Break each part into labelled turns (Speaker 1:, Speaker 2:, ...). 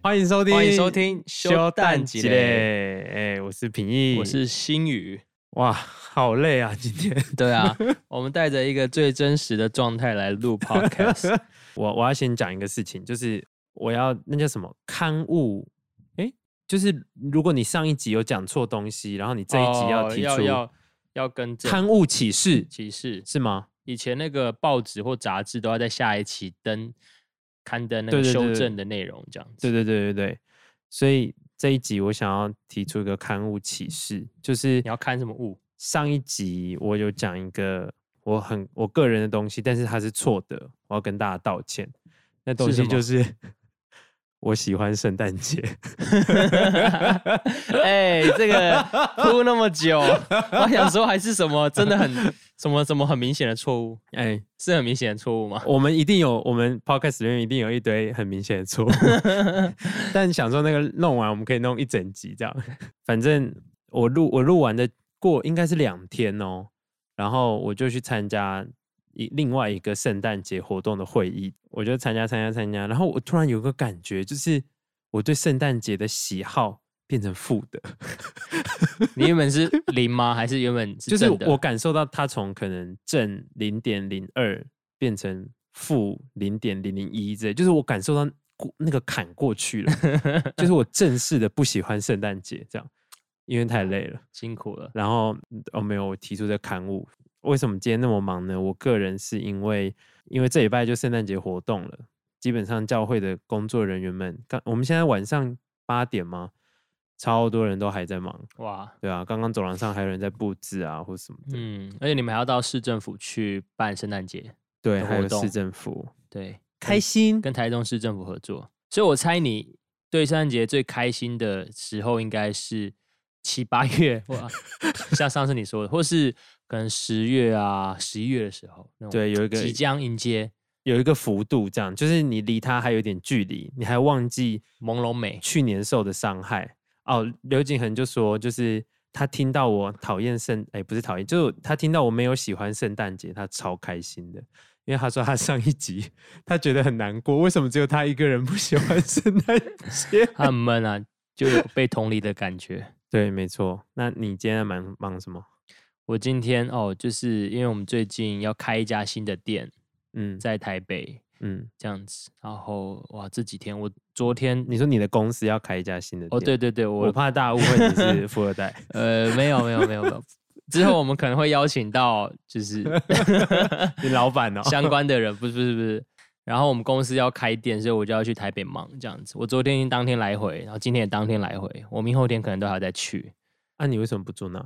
Speaker 1: 欢迎收听，
Speaker 2: 欢迎收听
Speaker 1: 休蛋
Speaker 2: 几
Speaker 1: 几嘞！哎，我是平易，
Speaker 2: 我是新宇。
Speaker 1: 哇，好累啊，今天
Speaker 2: 对啊， 我们带着一个最真实的状态来录 podcast。
Speaker 1: 我我要先讲一个事情，就是我要那叫什么刊物。哎，就是如果你上一集有讲错东西，然后你这一集要
Speaker 2: 哦
Speaker 1: 提
Speaker 2: 要
Speaker 1: 出
Speaker 2: 要要更正。
Speaker 1: 刊物启事，
Speaker 2: 其实
Speaker 1: 是吗？
Speaker 2: 以前那个报纸或杂志都要在下一期登刊登那
Speaker 1: 对
Speaker 2: 个
Speaker 1: 对对
Speaker 2: 修
Speaker 1: 对
Speaker 2: 正的内容，这样子。
Speaker 1: 对对对对对，所以这一集我想要提出一个刊物启事，就是
Speaker 2: 你要看什么物？
Speaker 1: 上一集我有讲一个我很我个人的东西，但是它是错的，我要跟大家道歉。那东
Speaker 2: 是什
Speaker 1: 西就
Speaker 2: 么
Speaker 1: 是 我喜欢圣诞节，
Speaker 2: 哎、这 个铺那么 久，我想说还是什么真的很什么什么很明显的错误，
Speaker 1: 哎、
Speaker 2: 是很明显的错误吗？
Speaker 1: 我们一定有我们 podcast 里面一定有一堆很明显的错误，但想说那个弄完我们可以弄一整集这样。反正我录我录完的过应该是两天哦，然后我就去参加一另外一个圣诞节活动的会议，我就参加参加参加，然后我突然有个感觉，就是我对圣诞节的喜好变成负的，
Speaker 2: 你原本是零吗？还是原本是
Speaker 1: 就是
Speaker 2: 正的？
Speaker 1: 我感受到它从可能正零点零二变成负零点零零一之类，就是我感受到过那个坎过去 了，就是我正式的不喜欢圣诞节这样，因为太累了。
Speaker 2: 辛苦了。
Speaker 1: 然后哦，没有，我提出这刊物。为什么今天那么忙呢？我个人是因为，因为这礼拜就圣诞节活动了，基本上教会的工作人员们，刚我们现在晚上八点吗？超多人都还在忙，
Speaker 2: 哇，
Speaker 1: 对啊，刚刚走廊上还有人在布置啊，或什么的，
Speaker 2: 嗯，而且你们还要到市政府去办圣诞节，
Speaker 1: 对，
Speaker 2: 的
Speaker 1: 还有
Speaker 2: 活
Speaker 1: 市
Speaker 2: 动
Speaker 1: 政府，
Speaker 2: 对，
Speaker 1: 开心，
Speaker 2: 跟台中市政府合作。所以我猜你对圣诞节最开心的时候应该是七八 月，哇，像上次你说的，或是可能十月啊、十一月的时候，那种
Speaker 1: 对，有一个
Speaker 2: 即将迎接
Speaker 1: 有一个幅度，这样就是你离它还有点距离，你还忘记
Speaker 2: 朦胧美。？
Speaker 1: 去年受的伤害。哦，刘景恒就说，就是他听到我讨厌圣，哎，不是讨厌，就是他听到我没有喜欢圣诞节，他超开心的，因为他说他上一集他觉得很难过，为什么只有他一个人不喜欢 圣诞节
Speaker 2: 他很闷啊，就有被同理的感觉。
Speaker 1: 对，没错。那你今天忙忙什么？
Speaker 2: 我今天哦，就是因为我们最近要开一家新的店，
Speaker 1: 嗯
Speaker 2: 在台北
Speaker 1: 嗯，
Speaker 2: 这样子。然后哇，这几天我昨天
Speaker 1: 你说你的公司要开一家新的店？
Speaker 2: 哦，对，对对，
Speaker 1: 我
Speaker 2: 我
Speaker 1: 怕大家误会你是富二代。
Speaker 2: 呃没有没有没有没有，之后我们可能会邀请到就是
Speaker 1: 你老板哦
Speaker 2: 相关的人，不是不是不是。然后我们公司要开店，所以我就要去台北忙这样子。我昨天当天来回，然后今天也当天来回，我明后天可能都还要再去，
Speaker 1: 那、啊你为什么不住那？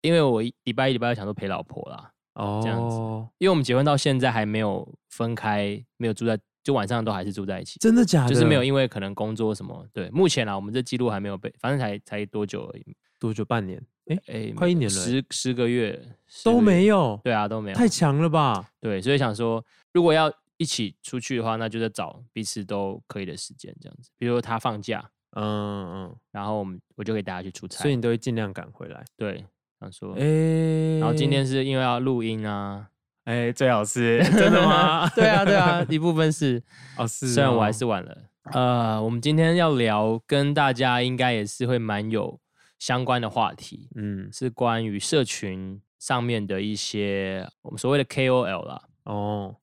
Speaker 2: 因为我一礼拜一礼拜二想说陪老婆啦，
Speaker 1: 哦
Speaker 2: 样子因为我们结婚到现在还没有分开，没有住在，就晚上都还是住在一起，
Speaker 1: 真的假的？
Speaker 2: 就是没有因为可能工作什么。对，目前啊，我们这记录还没有被，反正才才多久而已，
Speaker 1: 多久？半年？哎、
Speaker 2: 哎，
Speaker 1: 快一年了欸
Speaker 2: 十十个月
Speaker 1: 都没
Speaker 2: 有。
Speaker 1: 有。
Speaker 2: 对啊，都没有。
Speaker 1: 太强了吧！
Speaker 2: 对，所以想说，如果要一起出去的话，那就在找彼此都可以的时间，这样子。比如说他放假，
Speaker 1: 嗯嗯，
Speaker 2: 然后我们我就可以带他去出差。
Speaker 1: 所以你都会尽量赶回来。
Speaker 2: 对，想说，
Speaker 1: 哎、
Speaker 2: 然后 今天是因为要录音啊，
Speaker 1: 哎、最好是 真的吗？
Speaker 2: 对啊，对啊，一部分是，
Speaker 1: 哦是
Speaker 2: 虽然我还
Speaker 1: 哦
Speaker 2: 是晚了。呃，我们今天要聊跟大家应该也是会蛮有相关的话题，
Speaker 1: 嗯
Speaker 2: 是关于社群上面的一些我们所谓的 KOL 啦，
Speaker 1: 哦，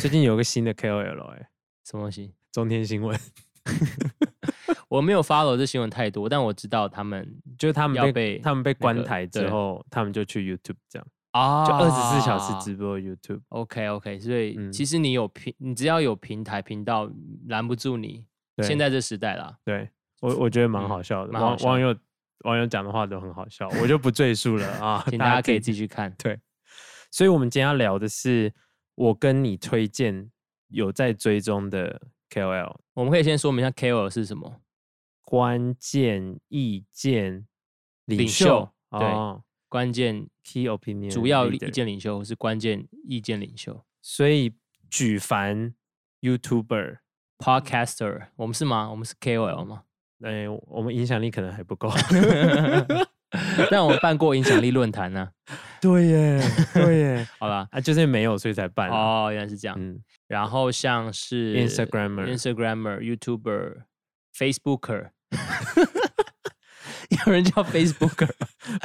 Speaker 1: 最近有个新的 KOL 哎、
Speaker 2: 什么东西？
Speaker 1: 中天新闻，
Speaker 2: 我没有 follow 这新闻太多，但我知道他们
Speaker 1: 就是他
Speaker 2: 要
Speaker 1: 们被
Speaker 2: 被
Speaker 1: 他们被
Speaker 2: 那
Speaker 1: 关
Speaker 2: 个
Speaker 1: 台之
Speaker 2: 对
Speaker 1: 后，他们就去 YouTube 这样，
Speaker 2: 啊
Speaker 1: 就啊二十四小时直播 YouTube。
Speaker 2: OK OK，所哦以
Speaker 1: 嗯
Speaker 2: 其实你有平，你只要有平台频道，拦不住你。
Speaker 1: 对
Speaker 2: 现在这时代啦，
Speaker 1: 对我我觉得蛮
Speaker 2: 嗯
Speaker 1: 好笑的，
Speaker 2: 蛮
Speaker 1: 网
Speaker 2: 好笑
Speaker 1: 网
Speaker 2: 的，
Speaker 1: 友网友讲的话都很好笑，我就不赘述了啊
Speaker 2: 请大家可以自己去看。
Speaker 1: 所以我们今天要聊的是我跟你推荐有在追踪的 KOL
Speaker 2: 我们可以先说明一下 KOL 是什么。
Speaker 1: 关键意见领
Speaker 2: 领
Speaker 1: 袖，
Speaker 2: 袖对
Speaker 1: 哦、
Speaker 2: 关键
Speaker 1: ，Key Opinion
Speaker 2: 主要
Speaker 1: leader
Speaker 2: 意见领袖或是关键意见领袖
Speaker 1: 所以举凡 YouTuber，
Speaker 2: ，Podcaster，我们是吗？我们是 KOL 吗？
Speaker 1: 哎、我们影响力可能还不够。
Speaker 2: 但我们办过影响力论坛呢、
Speaker 1: 对耶，对耶，
Speaker 2: 好啦，
Speaker 1: 啊，就是没有，所以才办啊、
Speaker 2: 哦，原来是这样。
Speaker 1: 嗯，
Speaker 2: 然后像是
Speaker 1: Instagrammer
Speaker 2: Instagrammer、YouTuber、 Facebooker，有人叫 Facebooker，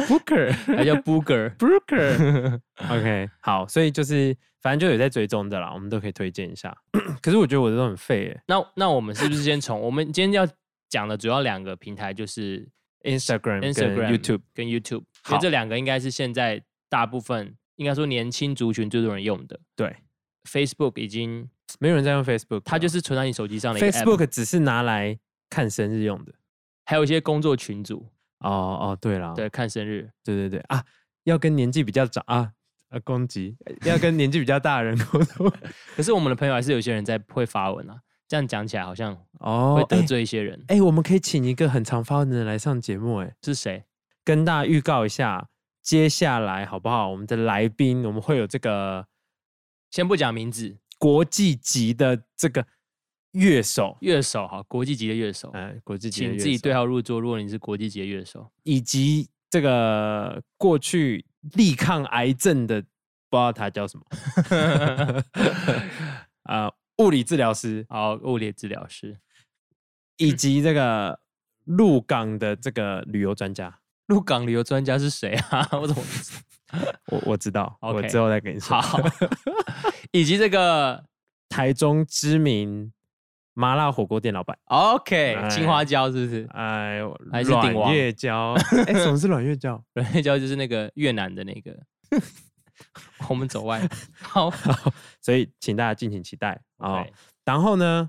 Speaker 1: Booker
Speaker 2: 还叫 Booker。
Speaker 1: Booker。OK，好，所以就是反正就有在追踪的啦，我们都可以推荐一下。 可是我觉得我的都很废
Speaker 2: 那那我们是不是先从我们今天要讲的主要两个平台就是
Speaker 1: 耶，Instagram 跟
Speaker 2: Instagram、
Speaker 1: YouTube。
Speaker 2: 跟 YouTube，因
Speaker 1: 好
Speaker 2: 为这两个应该是现在大部分应该说年轻族群最多人用的。
Speaker 1: 对，
Speaker 2: Facebook 已经
Speaker 1: 没有人在用 Facebook，
Speaker 2: 它就是是存在你手机上的一个 app,
Speaker 1: Facebook 只是拿来看生日用的。
Speaker 2: 还有一些工作群组，
Speaker 1: 哦哦，对啦，
Speaker 2: 对，看生日。
Speaker 1: 对对对啊，要跟年纪比较长啊。呃，攻击 要跟年纪比较大的人 沟通
Speaker 2: 可是我们的朋友还是有些人在会发文啊，这样讲起来好像
Speaker 1: 哦
Speaker 2: 会。
Speaker 1: 哎
Speaker 2: 得罪一些人。
Speaker 1: 哎、我们可以请一个很常发文的人来上节目，哎，
Speaker 2: 是谁？
Speaker 1: 跟大家预告一下，接下来好不好？我们的来宾我们会有这个
Speaker 2: 先不讲名字，
Speaker 1: 国际级的这个乐手，
Speaker 2: 乐手好，国际级的乐手，
Speaker 1: 呃，国际级的
Speaker 2: 请
Speaker 1: 乐
Speaker 2: 自己
Speaker 1: 手
Speaker 2: 对号入座。如果你是国际级的乐手，
Speaker 1: 以及这个过去力抗癌症的，不知道他叫 什么，呃，物理治疗师，
Speaker 2: 好，物理治疗师，
Speaker 1: 以及这个鹿港的这个旅游专家，
Speaker 2: 入港旅游专家是谁啊？ 我怎么不知道
Speaker 1: 我我知道我
Speaker 2: OK
Speaker 1: 之后再跟你说。
Speaker 2: 好，以及这个
Speaker 1: 台中知名麻辣火锅店老板，
Speaker 2: OK 青花椒是不是？
Speaker 1: 哎，
Speaker 2: 还是鼎王
Speaker 1: 阮月 娇，哎，什么是阮月娇？
Speaker 2: 软月椒就是那个越南的那个。我们走外，好，
Speaker 1: 所以请大家敬请期待啊、
Speaker 2: OK
Speaker 1: 然后呢，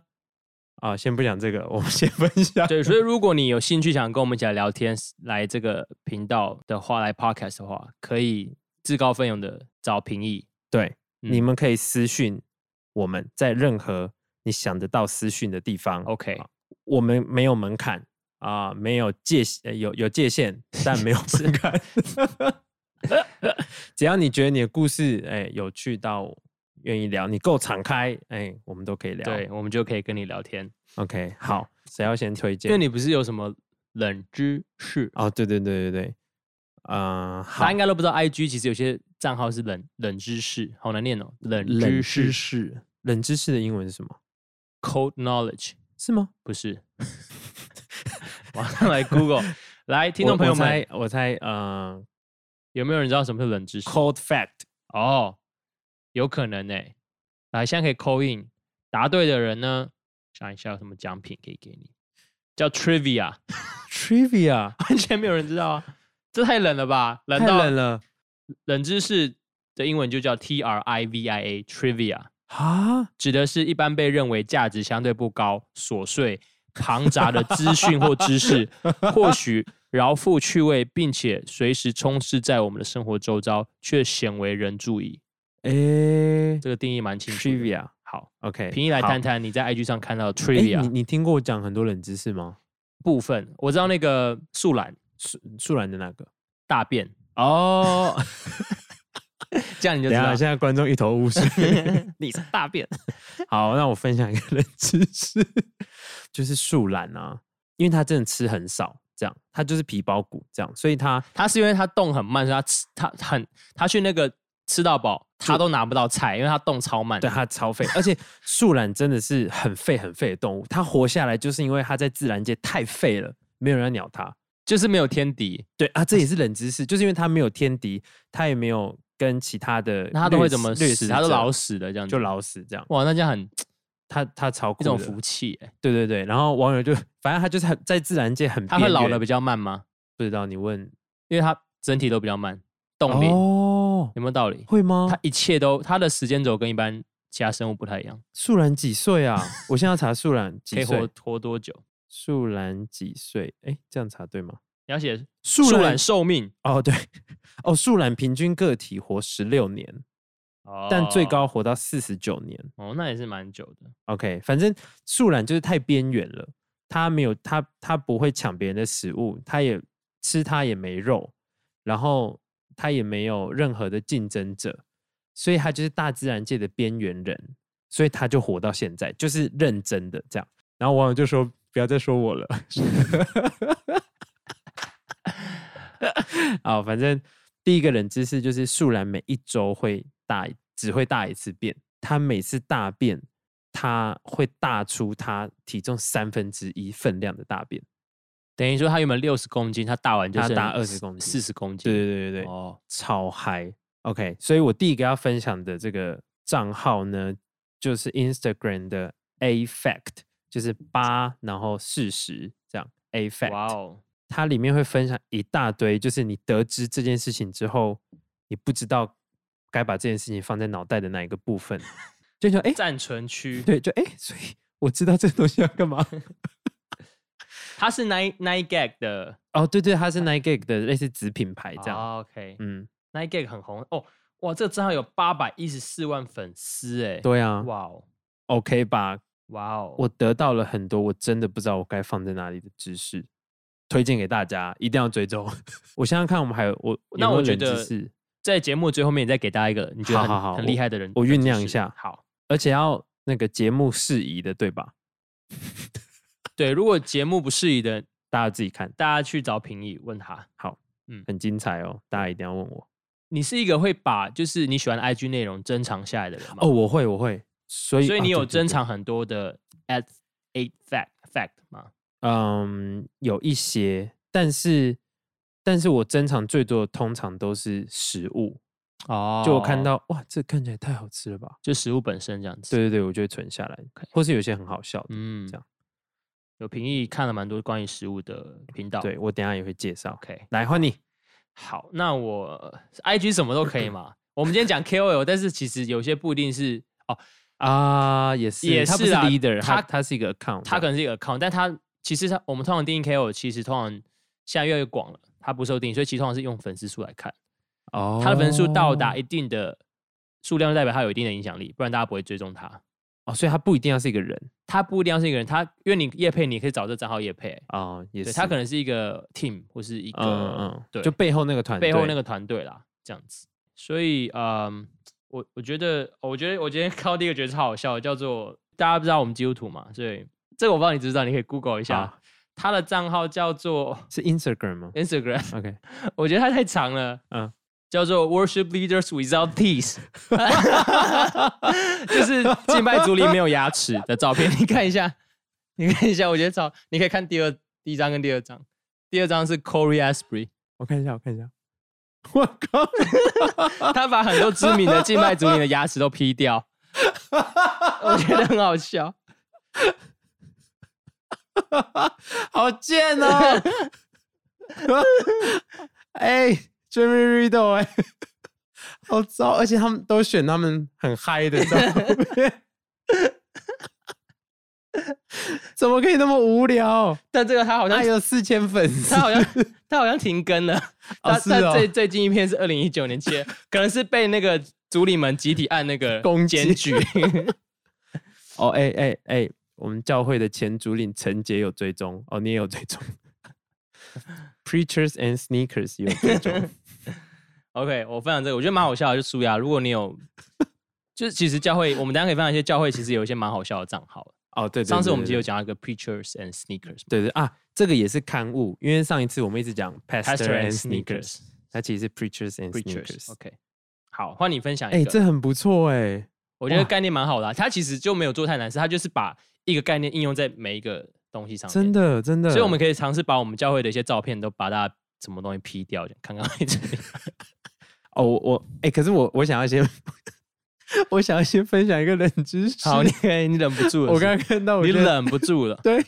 Speaker 1: 啊、先不讲这个，我们先分享。
Speaker 2: 对，所以如果你有兴趣想跟我们一起来聊天，来这个频道的话，来 podcast 的话，可以自告奋勇的找评议。
Speaker 1: 对，
Speaker 2: 嗯
Speaker 1: 你们可以私讯我们在任何你想得到私讯的地方。
Speaker 2: OK，
Speaker 1: 好我们没有门槛啊、没有界呃有有界 限，但没有门槛。只要你觉得你的故事哎、有趣到愿意聊，你够敞开哎、我们都可以聊。
Speaker 2: 对，我们就可以跟你聊天，
Speaker 1: ，OK，好，谁要先推
Speaker 2: 因
Speaker 1: 荐
Speaker 2: 为？你不是有什么冷知识，
Speaker 1: 哦，对对对对对，嗯、
Speaker 2: 大
Speaker 1: 好
Speaker 2: 家应，该都不知道，IG 其实有些账号是冷冷知识，好难念哦，冷知识
Speaker 1: 识，冷知识的英文是什么？
Speaker 2: （cold knowledge）
Speaker 1: 是吗？
Speaker 2: 不是。马上来 Google，来，听众
Speaker 1: 我
Speaker 2: 朋友
Speaker 1: 我
Speaker 2: 们，呃
Speaker 1: 猜我猜，嗯、
Speaker 2: 有没有人知道什么是冷知识？
Speaker 1: c o l d fact，
Speaker 2: 哦，有可能呢、来，现在可以扣印，答对的人呢，想一下有什么奖品可以给你，叫 trivia，
Speaker 1: trivia
Speaker 2: 完全没有人知道啊，这太冷了吧？冷
Speaker 1: 太
Speaker 2: 到
Speaker 1: 冷了
Speaker 2: 冷知识的英文就叫 T R I V I A trivia，
Speaker 1: 啊！
Speaker 2: 指的是一般被认为价值相对不高、琐碎、庞杂的资讯或知识，或许饶富趣味，并且随时充斥在我们的生活周遭，却鲜为人注意。
Speaker 1: 诶
Speaker 2: 这个定义蛮清楚的。
Speaker 1: ，trivia
Speaker 2: 好，
Speaker 1: OK，
Speaker 2: 平易来
Speaker 1: 好
Speaker 2: 谈谈你在 IG 上看到的
Speaker 1: 诶你
Speaker 2: trivia
Speaker 1: 你听过我讲很多冷知识吗？
Speaker 2: 部分，我知道那个素兰
Speaker 1: 素素然的那个
Speaker 2: 大便，
Speaker 1: 哦，
Speaker 2: 这样你就
Speaker 1: 等一
Speaker 2: 知
Speaker 1: 下
Speaker 2: 道
Speaker 1: 现在观众一头雾 水。
Speaker 2: 你是大便。
Speaker 1: 好，那我分享一个冷知识，就是素兰啊，因为他真的吃很少，这样他就是皮包骨这样，所以他
Speaker 2: 他是因为他动很慢，所以他吃他很他去那个吃到饱，他都拿不到菜，因为他动超慢。
Speaker 1: 对它超废，而且树懒真的是很废很废的动物，它活下来就是因为它在自然界太废了，没有人要鸟它。
Speaker 2: 就是没有天敌。
Speaker 1: 对啊，这也是冷知识，就是因为它没有天敌，它也没有跟其他的，
Speaker 2: 那他都会怎么
Speaker 1: 掠
Speaker 2: 死？
Speaker 1: 食
Speaker 2: 他都
Speaker 1: 者
Speaker 2: 老死的这样子，
Speaker 1: 就老死这样，
Speaker 2: 哇，那这样很
Speaker 1: 它它超酷
Speaker 2: 一
Speaker 1: 的
Speaker 2: 种福气哎、
Speaker 1: 对对对，然后网友就反正它就是很在自然界很
Speaker 2: 他会
Speaker 1: 边
Speaker 2: 老
Speaker 1: 缘
Speaker 2: 的比较慢吗？
Speaker 1: 不知道你问
Speaker 2: 因为他整体都比较慢，动力、
Speaker 1: 哦，
Speaker 2: 有没有道理？
Speaker 1: 会吗
Speaker 2: 他？一切都他的时间轴跟一般其他生物不太一样，
Speaker 1: 树懒几岁啊？我现在要查树懒
Speaker 2: 可
Speaker 1: 几
Speaker 2: 以活
Speaker 1: 岁，
Speaker 2: 活多久？
Speaker 1: 树懒几岁？哎，这样查对吗？
Speaker 2: 你要写
Speaker 1: 树
Speaker 2: 树懒寿命，
Speaker 1: 哦，对，哦，树懒平均个体活十六年，但最高活到四十九年。
Speaker 2: 哦，那也是蛮久的。
Speaker 1: OK，反正树懒就是太边缘了，它没有它它不会抢别人的食物，它也吃它也没肉，然后它也没有任何的竞争者，所以它就是大自然界的边缘人，所以它就活到现在，就是认真的这样。然后网友就说：“不要再说我了。” 啊，反正第一个冷知识就是树懒每一周会大一，只会大一次便。它每次大便，它会大出它体重三分之一分量的大便。
Speaker 2: 等于说他原本六十公斤，他大完就
Speaker 1: 他
Speaker 2: 剩
Speaker 1: 大20公斤
Speaker 2: 四十公斤。
Speaker 1: 对对对对对，
Speaker 2: 哦，
Speaker 1: 超嗨。OK，所以我第一个要分享的这个账号呢，就是 Instagram 的 A Fact，就是八，然后事实这样 A Fact。
Speaker 2: 哇哦，
Speaker 1: 它里面会分享一大堆，就是你得知这件事情之后，你不知道该把这件事情放在脑袋的哪一个部分，就说哎，诶
Speaker 2: 战存区，
Speaker 1: 对，就哎、诶所以我知道这东西要干 嘛。
Speaker 2: 他是 Nine Nine Gag 的，
Speaker 1: 哦，对对，它是 Nike Gag 的类似子品牌这样，
Speaker 2: 哦 OK，
Speaker 1: 嗯，
Speaker 2: Nine Gag 很红哦，哇，这个账号有八百一十四万粉丝哎，
Speaker 1: 对啊
Speaker 2: 哇哦，
Speaker 1: ，OK 吧？
Speaker 2: 哇哦，
Speaker 1: 我得到了很多我真的不知道我该放在哪里的知识，推荐给大家，一定要追踪。 我想想看，我们还有我有
Speaker 2: 那
Speaker 1: 没
Speaker 2: 我
Speaker 1: 有
Speaker 2: 觉
Speaker 1: 冷知
Speaker 2: 得
Speaker 1: 识
Speaker 2: 在节目最后面你再给大家一个你觉得
Speaker 1: 好
Speaker 2: 很
Speaker 1: 好好
Speaker 2: 很
Speaker 1: 我
Speaker 2: 厉害的人，
Speaker 1: 我
Speaker 2: 的
Speaker 1: 酝
Speaker 2: 知
Speaker 1: 酿一
Speaker 2: 识
Speaker 1: 下
Speaker 2: 好，
Speaker 1: 而且要那个节目适宜的，对吧？
Speaker 2: 对，如果节目不适宜的，
Speaker 1: 大家自己看，
Speaker 2: 大家去找平易问他。
Speaker 1: 很精彩哦，大家一定要问我。
Speaker 2: 你是一个会把就是你喜欢的 IG 内容珍藏下来的人吗？
Speaker 1: 哦，，我会，我会，所以
Speaker 2: 所以
Speaker 1: 啊
Speaker 2: 你
Speaker 1: 对
Speaker 2: 有
Speaker 1: 对
Speaker 2: 珍
Speaker 1: 对
Speaker 2: 藏很多的 at eight fact fact 吗？
Speaker 1: 嗯，有一些，但是但是我珍藏最多的通常都是食物，
Speaker 2: 哦
Speaker 1: 就我看到哇，这看起来太好吃了吧？
Speaker 2: 就食物本身这样子。
Speaker 1: 对，对对，我就会存下来
Speaker 2: OK
Speaker 1: 或是有些很好笑的，
Speaker 2: 嗯，
Speaker 1: 这样。
Speaker 2: 有平易看了蛮多关于食物的频道。
Speaker 1: 对我等一下也会介绍。
Speaker 2: ，OK，
Speaker 1: 来换你，
Speaker 2: 好，那我 IG 什么都可以嘛。 我们今天讲 KOL，但是其实有些不一定是哦，
Speaker 1: 啊，也是，
Speaker 2: 也
Speaker 1: 他不
Speaker 2: 是
Speaker 1: 是
Speaker 2: 啊
Speaker 1: leader，他
Speaker 2: 他
Speaker 1: 他是一个 account，这
Speaker 2: 它可
Speaker 1: 样
Speaker 2: 能是一个 account，但它其实它我们通常定义 KOL，其实通常现在越来越广了，它不受定义，所以其实通常是用粉丝数来看，
Speaker 1: 哦，
Speaker 2: 它的粉丝数到达一定的数量，就代表它有一定的影响力，不然大家不会追踪它。
Speaker 1: 哦，所以他不一定要是一个人
Speaker 2: 它不一定要是一个人，它因为你叶配，你可以找这账号叶配、
Speaker 1: 啊，也是
Speaker 2: 对，它可能是一个 team 或是一个、
Speaker 1: 嗯嗯，
Speaker 2: 对
Speaker 1: 就背后那个团队，
Speaker 2: 背后那个团队啦，这样子。所以，嗯，我我觉得，我觉得我 今天看到第一个觉得超好笑的，叫做大家不知道我们基督徒嘛，所以这个我不知道你知不知道，你可以 Google 一下
Speaker 1: 好。
Speaker 2: 他的账号叫做
Speaker 1: 是 Instagram 吗
Speaker 2: Instagram，
Speaker 1: ？OK，
Speaker 2: 我觉得它太长了，嗯
Speaker 1: 嗯，
Speaker 2: 叫做 Worship Leaders Without Teeth，就是敬拜族里没有牙齿的照片，你看一下，你看一下，我觉得超，你可以看第二第一张跟第二张，第二张是 Corey Asprey，
Speaker 1: 我看一下，我看一下，我靠！
Speaker 2: 他把很多知名的静脉族里的牙齿都劈 掉，我觉得很好笑。
Speaker 1: 好贱 哦！哎，Jeremy Riddle，哎、好糟！而且他们都选他们很嗨的照片， 怎么可以那么无聊？
Speaker 2: 但这个他好像
Speaker 1: 他，有四千粉丝
Speaker 2: 他，好像，他好像停更了。
Speaker 1: 哦
Speaker 2: 他
Speaker 1: 是
Speaker 2: 他
Speaker 1: 哦
Speaker 2: 最最近一篇是二零一九年七月，可能是被那个族里们集体按那个
Speaker 1: 攻击
Speaker 2: 检举。
Speaker 1: 哦，哎哎哎，我们教会的前主领陈杰有追踪，哦，你也有追 踪，Preachers and Sneakers 也有追 踪，
Speaker 2: OK，我分享这个，我觉得蛮好笑的，就舒雅。如果你有， 就是其实教会，我们等一下可以分享一些教会，其实有一些蛮好笑的账号。
Speaker 1: 哦，对对
Speaker 2: 上次我们
Speaker 1: 对
Speaker 2: 其实
Speaker 1: 对
Speaker 2: 有讲到一个 preachers and sneakers
Speaker 1: 对对啊，这个也是刊物，因为上一次我们一直讲 pastor
Speaker 2: ，pastor
Speaker 1: and
Speaker 2: and
Speaker 1: sneakers，
Speaker 2: sneakers
Speaker 1: 它其实是 preachers and
Speaker 2: preachers。
Speaker 1: sneakers。
Speaker 2: OK，好，换你分享
Speaker 1: 哎、
Speaker 2: 一个。
Speaker 1: 这很不错哎、
Speaker 2: 我觉得
Speaker 1: 哇
Speaker 2: 概念蛮好的、啊，它其实就没有做太难事，它就是把一个概念应用在每一个东西上面。
Speaker 1: 真，的真的。
Speaker 2: 所以我们可以尝试把我们教会的一些照片都把它什么东西 P 掉，看看会怎么样。
Speaker 1: 哦，我我哎、可是我我想要先， 我想要先分享一个冷知识。
Speaker 2: 好，你你忍不住了，
Speaker 1: 我
Speaker 2: 是
Speaker 1: 刚刚
Speaker 2: 不是
Speaker 1: 看到我
Speaker 2: 你
Speaker 1: 觉得
Speaker 2: 忍不住了，
Speaker 1: 对，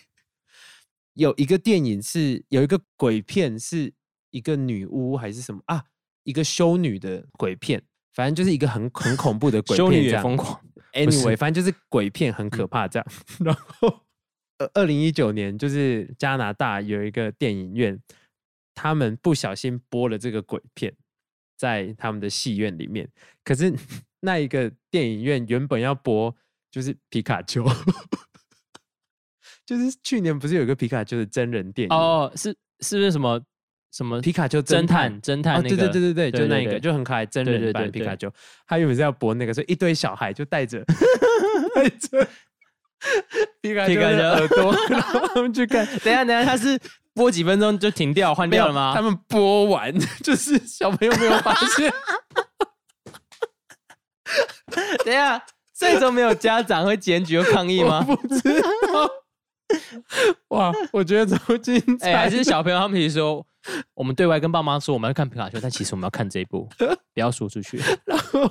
Speaker 1: 有一个电影是有一个鬼片，是一个女巫还是什么啊？一个修女的鬼片，反正就是一个很很恐怖的 鬼
Speaker 2: 修
Speaker 1: 片
Speaker 2: 女
Speaker 1: 这
Speaker 2: 也
Speaker 1: 样。
Speaker 2: 疯狂，不是
Speaker 1: Anyway，反正就是鬼片很可怕这样。 然后，呃，二零一九年就是加拿大有一个电影院，他们不小心播了这个鬼片在他们的戏院里面，可是那一个电影院原本要播就是皮卡丘。 就是去年不是有一个皮卡丘的真人电影
Speaker 2: 哦，是是不是什么什么
Speaker 1: 皮卡丘探
Speaker 2: 侦探侦探
Speaker 1: 哦，
Speaker 2: 那
Speaker 1: 对
Speaker 2: 个？
Speaker 1: 对对对对，就那一
Speaker 2: 对
Speaker 1: 个就很可爱，真
Speaker 2: 对对
Speaker 1: 人
Speaker 2: 对
Speaker 1: 版皮
Speaker 2: 对
Speaker 1: 卡丘。他原本是要播那个，所以一堆小孩就带 着 带着皮卡
Speaker 2: 皮
Speaker 1: 丘
Speaker 2: 卡
Speaker 1: 的
Speaker 2: 丘
Speaker 1: 耳朵，然后他们去 看。
Speaker 2: 等一下等一下，它是播几分钟就停掉换
Speaker 1: 没
Speaker 2: 掉
Speaker 1: 有
Speaker 2: 了吗？
Speaker 1: 他们播完，就是 小朋友没有发现。
Speaker 2: 等一下，这时候没有家长会检举和抗议吗？
Speaker 1: 我不知道。哇，我觉得超精
Speaker 2: 哎、
Speaker 1: 彩！
Speaker 2: 还是小朋友他们其实说，我们对外跟爸妈说我们要看皮卡丘，但其实我们要看这一部， 不要说出去。
Speaker 1: 然后，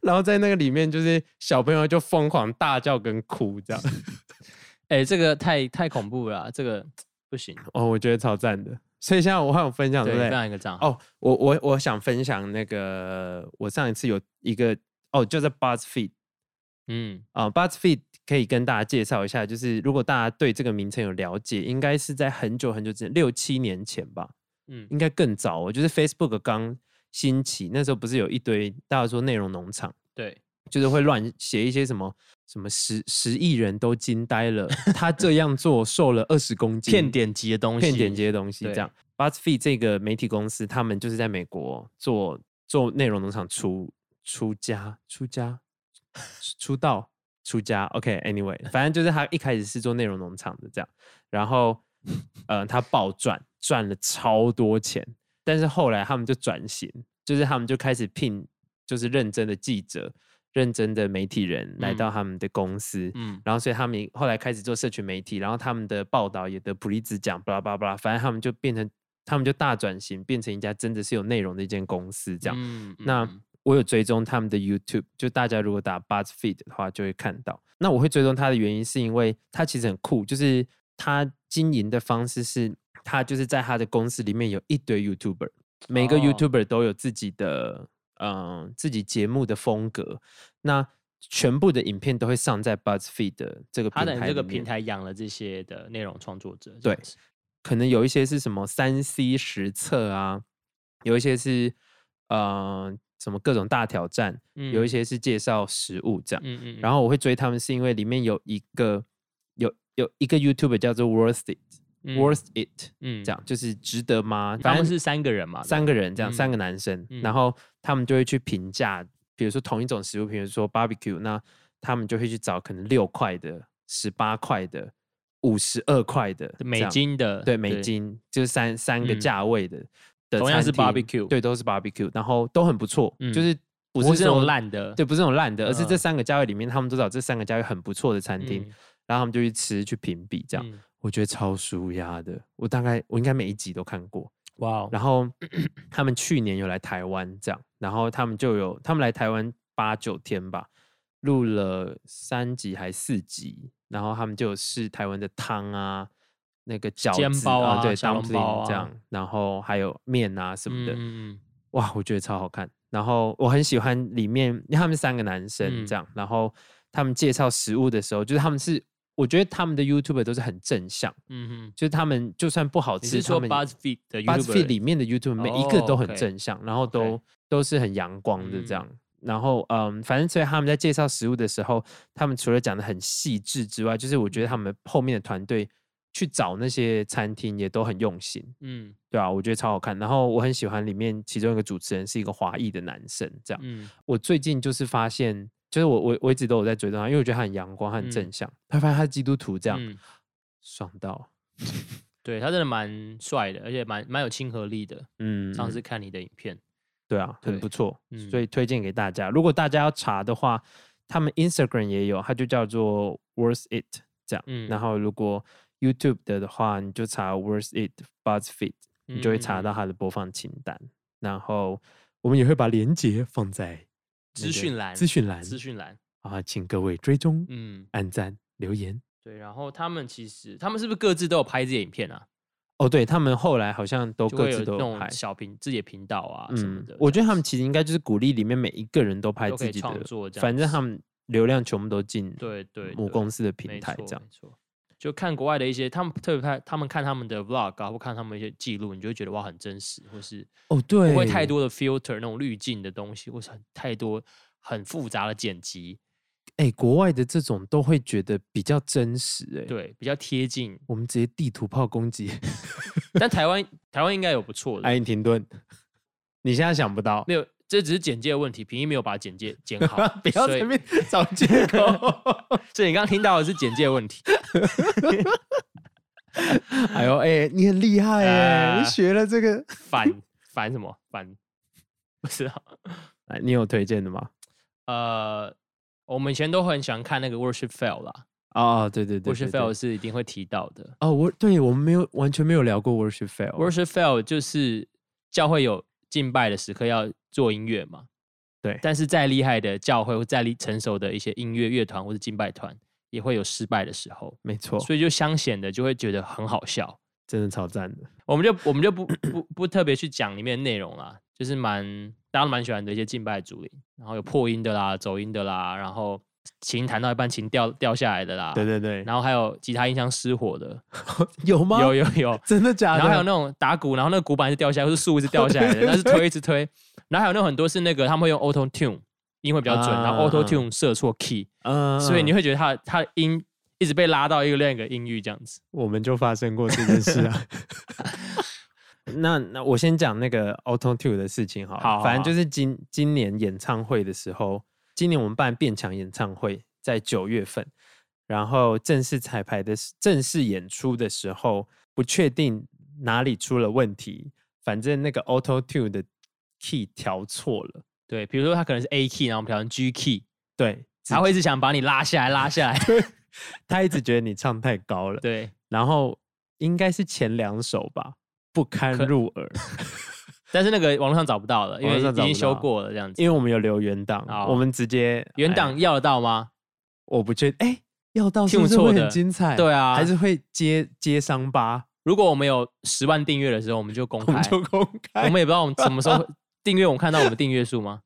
Speaker 1: 然后在那个里面，就是小朋友就疯狂大叫跟哭这样。
Speaker 2: 哎、这个太太恐怖了啊，这个不行。
Speaker 1: 哦，我觉得超赞的。所以现在我还有分享，对
Speaker 2: 对，
Speaker 1: 不
Speaker 2: 这
Speaker 1: 对？
Speaker 2: 样一个账号，
Speaker 1: 哦，我我我想分享那个，我上一次有一个哦，就在 BuzzFeed
Speaker 2: 嗯，
Speaker 1: 啊、b u z z f e e d 可以跟大家介绍一下，就是如果大家对这个名称有了解，应该是在很久很久之前，六七年前吧，
Speaker 2: 嗯
Speaker 1: 应该更早、哦，就是 Facebook 刚兴起，那时候不是有一堆大家说内容农场，
Speaker 2: 对，
Speaker 1: 就是会乱写一些什么什么十十亿人都惊呆了，他这样做瘦了二十公斤，
Speaker 2: 骗点击的东西，
Speaker 1: 骗点这些东西这
Speaker 2: 对
Speaker 1: 样。BuzzFeed 这个媒体公司，他们就是在美国做做内容农场出出家出家出出道出家。OK，Anyway，、反 正就是他一开始是做内容农场的这样，然 后呃他暴赚，赚了超多钱，但是后来他们就转型，就是他们就开始聘就是认真的记者、认真的媒体人来
Speaker 2: 嗯
Speaker 1: 到他们的公司，
Speaker 2: 嗯，
Speaker 1: 然后所以他们后来开始做社群媒体，然后他们的报道也得普利兹奖，巴拉巴拉巴拉，反正他们就变成，他们就大转型，变成一家真的是有内容的一间公司这样。
Speaker 2: 嗯
Speaker 1: 那
Speaker 2: 嗯
Speaker 1: 我有追踪他们的 YouTube，就大家如果打 BuzzFeed 的话就会看到。那我会追踪他的原因是因为他其实很酷，就是他经营的方式是，他就是在他的公司里面有一堆 YouTuber，每个
Speaker 2: 哦
Speaker 1: YouTuber 都有自己的嗯、呃自己节目的风格，那全部的影片都会上在 BuzzFeed 的这个
Speaker 2: 他
Speaker 1: 平
Speaker 2: 等于
Speaker 1: 台
Speaker 2: 这个
Speaker 1: 里
Speaker 2: 平
Speaker 1: 面
Speaker 2: 台养了这些的内容创作者，
Speaker 1: 对可能有一些是什么三 C 实测啊，有一些是呃什么各种大挑战，有一
Speaker 2: 些，
Speaker 1: 些是介绍食物这样。
Speaker 2: 嗯嗯，
Speaker 1: 然
Speaker 2: 后
Speaker 1: 后我会追他们，是因为里面有一个有有一个 YouTuber 叫做 Worth It，Worth、It，
Speaker 2: 嗯
Speaker 1: 这，样就是值得吗？
Speaker 2: 他
Speaker 1: 反
Speaker 2: 们
Speaker 1: 正
Speaker 2: 是三个人嘛，
Speaker 1: 三个人这样，三
Speaker 2: 嗯
Speaker 1: 个男生，
Speaker 2: 嗯
Speaker 1: 然后他们就会去评价，比如说同一种食物，比如说 barbecue，那他们就会去找可能六块的、十八块的、五十二块的
Speaker 2: 对美
Speaker 1: 这样
Speaker 2: 金的，
Speaker 1: 对美，金，就是三三个
Speaker 2: 嗯
Speaker 1: 价位的，的
Speaker 2: 同样
Speaker 1: 餐
Speaker 2: 是
Speaker 1: 厅
Speaker 2: barbecue
Speaker 1: 对，都是 barbecue，然后都很不错，
Speaker 2: 嗯
Speaker 1: 就是
Speaker 2: 不
Speaker 1: 不
Speaker 2: 是
Speaker 1: 是
Speaker 2: 那种
Speaker 1: 说，
Speaker 2: 烂的，
Speaker 1: 对，不是那种烂的，而是这
Speaker 2: 嗯
Speaker 1: 三个价位里面，他们都找这三个价位很不错的餐
Speaker 2: 嗯，
Speaker 1: 厅，然后他们就去吃去评比，这样、
Speaker 2: 嗯，
Speaker 1: 我觉得超舒压的，我大概我应该每一集都看过，
Speaker 2: 哇哦，
Speaker 1: 然 后他们去年有来台湾这样，然后他们就有他们来台湾八九天吧，录了三集还四集，然后他们就有试台湾的汤啊，那个饺
Speaker 2: 煎
Speaker 1: 子
Speaker 2: 包啊
Speaker 1: 对
Speaker 2: 小笼包
Speaker 1: ，dumpling 这
Speaker 2: 啊
Speaker 1: 样，然后还有面啊什么的，
Speaker 2: 嗯嗯
Speaker 1: 哇，我觉得超好看。然后我很喜欢里面，因为他们三个男生
Speaker 2: 嗯
Speaker 1: 这样，然后他们介绍食物的时候，就是他们是，我觉得他们的 YouTube 都是很正向，
Speaker 2: 嗯嗯，
Speaker 1: 就是他们就算不好
Speaker 2: 你
Speaker 1: 吃，
Speaker 2: 是
Speaker 1: 他
Speaker 2: 说
Speaker 1: 们
Speaker 2: BuzzFeed 的
Speaker 1: BuzzFeed
Speaker 2: YouTuber
Speaker 1: 里面的 YouTube 每一个
Speaker 2: 哦
Speaker 1: 都很
Speaker 2: ，OK
Speaker 1: 正向，然后
Speaker 2: OK
Speaker 1: 都都是很阳光的这样。然后嗯，反正所以他们在介绍食物的时候，他们除了讲的很细致之外，就是我觉得
Speaker 2: 嗯
Speaker 1: 他们后面的团队去找那些餐厅也都很用心，
Speaker 2: 嗯
Speaker 1: 对啊，我觉得超好看。然后我很喜欢里面其中一个主持人是一个华裔的男生，这样。
Speaker 2: 嗯，
Speaker 1: 我最近就是发现，就是我我我一直都有在追踪他，因为我觉得他很阳光，他很正
Speaker 2: 嗯
Speaker 1: 向。他发现他是基督徒，这样、
Speaker 2: 嗯
Speaker 1: 爽到，
Speaker 2: 对他真的蛮帅的，而且蛮蛮有亲和力的。
Speaker 1: 嗯，
Speaker 2: 上
Speaker 1: 嗯
Speaker 2: 次看你的影片，
Speaker 1: 对啊，很
Speaker 2: 对
Speaker 1: 不错，所
Speaker 2: 嗯
Speaker 1: 以推荐给大家。如果大家要查的话，他们 Instagram 也有，它就叫做 Worth It 这样。
Speaker 2: 嗯
Speaker 1: 然后如果 YouTube 的的话，你就查 Worth It BuzzFeed，你就会查
Speaker 2: 嗯
Speaker 1: 到它的播放清单。然后我们也会把链接放在那
Speaker 2: 资
Speaker 1: 个
Speaker 2: 讯栏，
Speaker 1: 资讯栏
Speaker 2: 资讯栏，
Speaker 1: 啊，请各位追踪、
Speaker 2: 嗯，
Speaker 1: 按赞、留言。
Speaker 2: 对。然后他们其实他们是不是各自都有拍自己的影片啊？
Speaker 1: 哦，对他们后来好像都
Speaker 2: 就
Speaker 1: 各
Speaker 2: 会有
Speaker 1: 自
Speaker 2: 那
Speaker 1: 都有拍
Speaker 2: 种。小频自己的频道啊什么
Speaker 1: 嗯
Speaker 2: 的。，
Speaker 1: 我
Speaker 2: 这
Speaker 1: 觉
Speaker 2: 样
Speaker 1: 得他们
Speaker 2: 子
Speaker 1: 其实应该就是鼓励里面每一个人都拍
Speaker 2: 都可
Speaker 1: 自
Speaker 2: 以
Speaker 1: 己
Speaker 2: 创
Speaker 1: 的，
Speaker 2: 作这样子，
Speaker 1: 反正他们流量全部都进
Speaker 2: 对对
Speaker 1: 母
Speaker 2: 对
Speaker 1: 公司的
Speaker 2: 没
Speaker 1: 平台
Speaker 2: 错
Speaker 1: 这样
Speaker 2: 没。错。就看国外的一些，他们特别看他们看他们的 vlog 啊，或看他们一些记录，你就会觉得哇很真实，或是
Speaker 1: 哦，对，
Speaker 2: 不会太多的 filter 那种滤镜的东西，或是很太多很复杂的剪辑，
Speaker 1: 哎、国外的这种都会觉得比较真实哎、，
Speaker 2: 对，比较贴近。
Speaker 1: 我们直接地图炮攻击
Speaker 2: 但台湾台湾应该有不错的，
Speaker 1: 爱因廷顿，你现在想不到，
Speaker 2: 没有，这只是简介的问题，平一没有把简介剪 好，
Speaker 1: 不要
Speaker 2: 所以
Speaker 1: 随便找借 口。
Speaker 2: 所以你刚刚听到的是简介问题，
Speaker 1: 哎呦，哎、你很厉害哎、
Speaker 2: 啊
Speaker 1: 你学了这个，
Speaker 2: 反反什么反？不知道。
Speaker 1: 哎你有推荐的吗？
Speaker 2: 呃，我们以前都很喜欢看那个 Worship Fail 啦
Speaker 1: 哦，对对对对
Speaker 2: ，Worship
Speaker 1: 对
Speaker 2: Fail 是一定会提到的。
Speaker 1: 哦，我对我们没有完全没有聊过 worship fail。
Speaker 2: Worship Fail 就是教会有敬拜的时刻要做音乐嘛，
Speaker 1: 对
Speaker 2: 但是再厉害的教会或再厉成熟的一些音乐乐团或者敬拜团，也会有失败的时候，
Speaker 1: 没错，
Speaker 2: 所以就相显的就会觉得很好笑。
Speaker 1: 真的超赞的。
Speaker 2: 我们就我们就不不不特别去讲里面的内容啦，就是蛮大家都蛮喜欢的一些敬拜主灵，然后有破音的啦、走音的啦，然后琴弹到一半琴掉掉下来的啦，
Speaker 1: 对对对，
Speaker 2: 啊然后还有吉他音箱失火的，
Speaker 1: 有吗？
Speaker 2: 有有有，
Speaker 1: 真的假的？
Speaker 2: 然后还有那种打鼓，然后那个鼓板是掉下来，或是树是掉下 来的，但是推一直推，然后还有那种很多是那个他们会用 Auto Tune 音会比较准，然后
Speaker 1: 啊
Speaker 2: Auto Tune 射错 key，、
Speaker 1: 嗯，
Speaker 2: 所以你
Speaker 1: 会
Speaker 2: 会觉得他他的音一直被拉到一个另一个音域这样子。
Speaker 1: 我们就发生过这件事 啊。那那我先讲那个 Auto Two 的事情好了，
Speaker 2: 好好
Speaker 1: 反正
Speaker 2: 好
Speaker 1: 就是今今年演唱会的时候，今年我们办变强演唱会在九月份，然后正式彩排的时正式演出的时候，不确定哪里出了问题，反正那个 Auto Two 的 key 调错了，
Speaker 2: 对，比如说他可能是 A key，然后我们调成 G key，
Speaker 1: 对，
Speaker 2: 他会一直想把你拉下来，拉下来。
Speaker 1: 他一直觉得你唱太高了，
Speaker 2: 对，
Speaker 1: 然后应该是前两首吧，不堪
Speaker 2: 可
Speaker 1: 入耳，
Speaker 2: 但是那个网络上找不到了，因
Speaker 1: 网络
Speaker 2: 为
Speaker 1: 上
Speaker 2: 已
Speaker 1: 找
Speaker 2: 经
Speaker 1: 不
Speaker 2: 修
Speaker 1: 到哎
Speaker 2: 过了这样子。
Speaker 1: 因为我们有留原档，我
Speaker 2: 哦
Speaker 1: 们直接
Speaker 2: 原
Speaker 1: 哎
Speaker 2: 档要得到吗？
Speaker 1: 我不确定，哎、要到是
Speaker 2: 听
Speaker 1: 不
Speaker 2: 不
Speaker 1: 是
Speaker 2: 错
Speaker 1: 会很
Speaker 2: 的
Speaker 1: 精彩？
Speaker 2: 对啊
Speaker 1: 哎还是会接接伤疤，
Speaker 2: 如果我们有十万订阅的时候，我们就公
Speaker 1: 我
Speaker 2: 开
Speaker 1: 们。就公
Speaker 2: 我
Speaker 1: 开。
Speaker 2: 们也不知道我们什么时候 订阅，我们看到我们订阅数吗？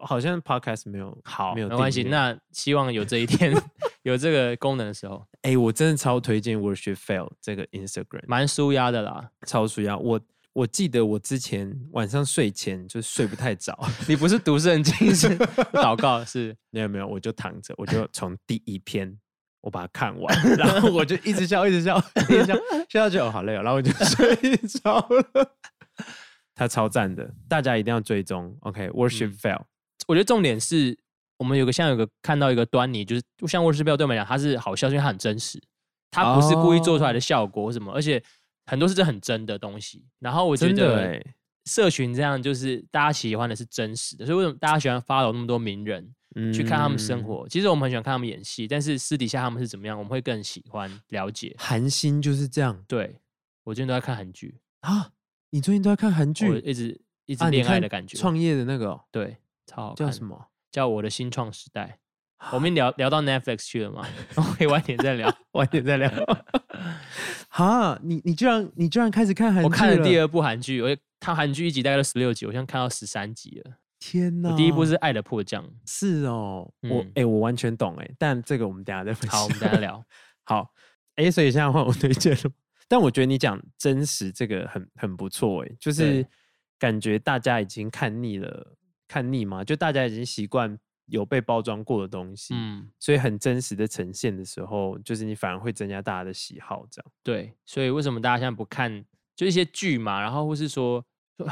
Speaker 1: 好像 podcast 没有
Speaker 2: 好，
Speaker 1: 没有
Speaker 2: 没关系。
Speaker 1: 订阅
Speaker 2: 那希望有这一天有这个功能的时候，
Speaker 1: 哎、我真的超推荐 Worship Fail 这个 Instagram，
Speaker 2: 蛮舒压的啦。
Speaker 1: 超舒压。我我记得我之前晚上睡前就睡不太着，
Speaker 2: 你不是读圣经，是祷告，是
Speaker 1: 没有没有，我就躺着，我就从第一篇我把它看完，然后我就一直笑，一直笑，一直笑，笑到觉得哦好累哦，然后我就 睡着了。他超赞的，大家一定要追踪。OK，Worship、Fail，
Speaker 2: 嗯我觉得重点是我们有个像有个看到一个端倪，就是就像《沃氏标》对我们来讲，它是好笑，因为它很真实，它不是故意做出来
Speaker 1: 哦
Speaker 2: 的效果或什么，而且很多是真的很真的东西。然后我觉
Speaker 1: 真的
Speaker 2: 得
Speaker 1: 哎，
Speaker 2: 社群这样就是大家喜欢的是真实的，所以为什么大家喜欢 follow 那么多名人去看他们生
Speaker 1: 嗯
Speaker 2: 活？其实我们很喜欢看他们演戏，但是私底下他们是怎么样，我们会更喜欢了解。
Speaker 1: 韩星就是这样
Speaker 2: 对我最近都在看韩剧，
Speaker 1: 啊！你最近都在看韩
Speaker 2: 我
Speaker 1: 剧
Speaker 2: 一直一直
Speaker 1: 啊？你
Speaker 2: 恋爱
Speaker 1: 看
Speaker 2: 的感觉，
Speaker 1: 创业的那个哦
Speaker 2: 对，超好
Speaker 1: 叫
Speaker 2: 看
Speaker 1: 什
Speaker 2: 的
Speaker 1: 么？啊
Speaker 2: 叫我的新创时代。我们聊聊到 Netflix 去 了嘛？我们可以晚点再聊。
Speaker 1: 晚点再聊。 哈，你你居然你居然开始看韩剧
Speaker 2: 我看了第
Speaker 1: 二，
Speaker 2: 二部韩剧，我看韩剧一集大概都十六集，我现在看到十三集了。
Speaker 1: 天哪！
Speaker 2: 我第一部是《爱的迫降》，
Speaker 1: 是哦，我哎
Speaker 2: 嗯、
Speaker 1: 欸我完全懂哎、但这个我们等一下再分析。
Speaker 2: 好，我们等一下聊。
Speaker 1: 好，哎、所以现在换我推荐了。但我觉得你讲真实这个很很不错哎、就是
Speaker 2: 对
Speaker 1: 感觉大家已经看腻了，看腻嘛，就大家已经习惯有被包装过的东西，
Speaker 2: 嗯，
Speaker 1: 所以很真实的呈现的时候，就是你反而会增加大家的喜好，这样。
Speaker 2: 对，所以为什么大家现在不看就一些剧嘛？然后或是说，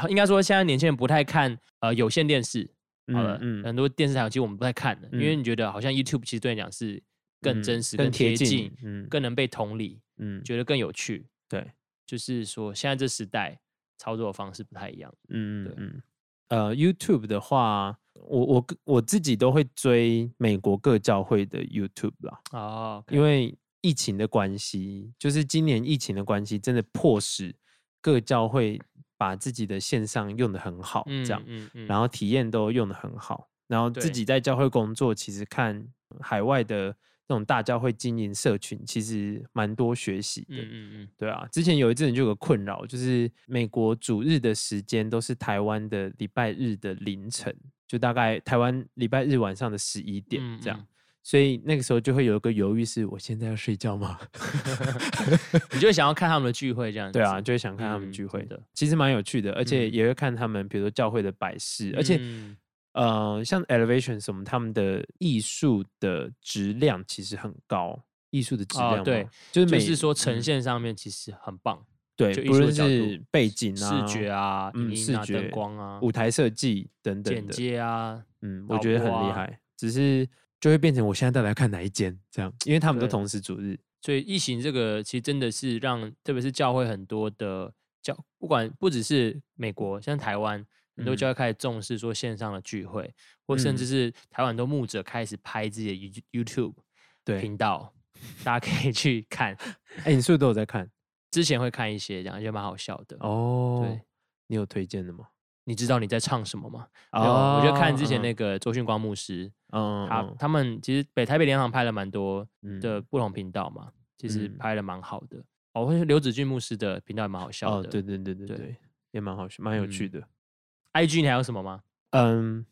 Speaker 2: 应该说现在年轻人不太看呃有线电视，好了，
Speaker 1: 嗯嗯
Speaker 2: 很多电视台其实我们不太看的，因为
Speaker 1: 嗯
Speaker 2: 你觉得好像 YouTube 其实对你讲是更
Speaker 1: 嗯
Speaker 2: 真实、
Speaker 1: 更
Speaker 2: 贴
Speaker 1: 贴
Speaker 2: 近、
Speaker 1: 嗯
Speaker 2: 更能被同理，
Speaker 1: 嗯，
Speaker 2: 觉得更有趣。
Speaker 1: 对，
Speaker 2: 就是说现在这时代操作的方式不太一样。
Speaker 1: 嗯嗯
Speaker 2: 对
Speaker 1: 嗯，呃，YouTube 的话，我我个我自己都会追美国各教会的 YouTube 啦，
Speaker 2: 哦
Speaker 1: 因为疫情的关系，就是今年疫情的关系，真的迫使各教会把自己的线上用的很好，这样，
Speaker 2: 嗯嗯
Speaker 1: 然
Speaker 2: 后
Speaker 1: 后体验都用的很好，然后自
Speaker 2: 对
Speaker 1: 己在教会工作，其实看海外的那种大教会经营社群，其实蛮多学习的。
Speaker 2: 嗯嗯嗯，
Speaker 1: 对啊，之前有一阵子就有个困扰，就是美国主日的时间都是台湾的礼拜日的凌晨，就大概台湾礼拜日晚上的十一点
Speaker 2: 嗯
Speaker 1: 这样，
Speaker 2: 嗯
Speaker 1: 所以那个时候就会有一个犹豫是，我现在要睡觉吗？
Speaker 2: 嗯你就会想要看他们的聚会这样子。
Speaker 1: 对啊，就会想看他们
Speaker 2: 嗯
Speaker 1: 聚
Speaker 2: 真
Speaker 1: 会
Speaker 2: 的
Speaker 1: 其实蛮有趣的，而且
Speaker 2: 嗯
Speaker 1: 也会看他们，比如说教会的摆饰，而且
Speaker 2: 嗯
Speaker 1: 呃，像 Elevation 什么，他们的艺术的质量其实很高，艺术的质
Speaker 2: 哦
Speaker 1: 量嘛、
Speaker 2: 对
Speaker 1: 就是
Speaker 2: 就
Speaker 1: 每
Speaker 2: 是说呈
Speaker 1: 嗯
Speaker 2: 现上面其实很棒，
Speaker 1: 对
Speaker 2: 就，艺
Speaker 1: 不
Speaker 2: 术的
Speaker 1: 论
Speaker 2: 角度
Speaker 1: 是背景啊、
Speaker 2: 视觉啊、
Speaker 1: 嗯
Speaker 2: 影音啊、
Speaker 1: 视觉
Speaker 2: 灯光啊、
Speaker 1: 舞台设计等等
Speaker 2: 剪
Speaker 1: 的，
Speaker 2: 接啊，
Speaker 1: 嗯，我
Speaker 2: 导
Speaker 1: 觉得很
Speaker 2: 播
Speaker 1: 厉
Speaker 2: 啊
Speaker 1: 害。只是就会变成我现在到底要看哪一间这样，因为他们都
Speaker 2: 对
Speaker 1: 同时主日，
Speaker 2: 所以疫情这个其实真的是让，特别是教会很多的教，不管不只是美国，像台湾，很多
Speaker 1: 嗯
Speaker 2: 教会开始重视说线上的聚会，或甚至
Speaker 1: 嗯
Speaker 2: 是台湾很多牧者开始拍自己的 You- YouTube
Speaker 1: 对，
Speaker 2: 频道，大家可以去看。
Speaker 1: 哎、你是不是都有在 看？
Speaker 2: 之前会看一些，这样就蛮好笑的。
Speaker 1: 哦，
Speaker 2: 对，
Speaker 1: 你有推荐的吗？
Speaker 2: 你知道你在唱什么吗？
Speaker 1: 哦
Speaker 2: 没有啊我就看之前那
Speaker 1: 个，
Speaker 2: 个周迅光牧师，
Speaker 1: 嗯
Speaker 2: 他他们其实北台北联航拍了蛮多
Speaker 1: 嗯
Speaker 2: 的不同频道嘛，其实
Speaker 1: 嗯
Speaker 2: 拍的蛮好的。哦，或是刘子俊牧师的频道也蛮好笑
Speaker 1: 哦，
Speaker 2: 的。
Speaker 1: 对对对对
Speaker 2: 对
Speaker 1: 对，也蛮好，蛮有趣
Speaker 2: 嗯
Speaker 1: 的。
Speaker 2: IG 你还有什么吗？
Speaker 1: 嗯，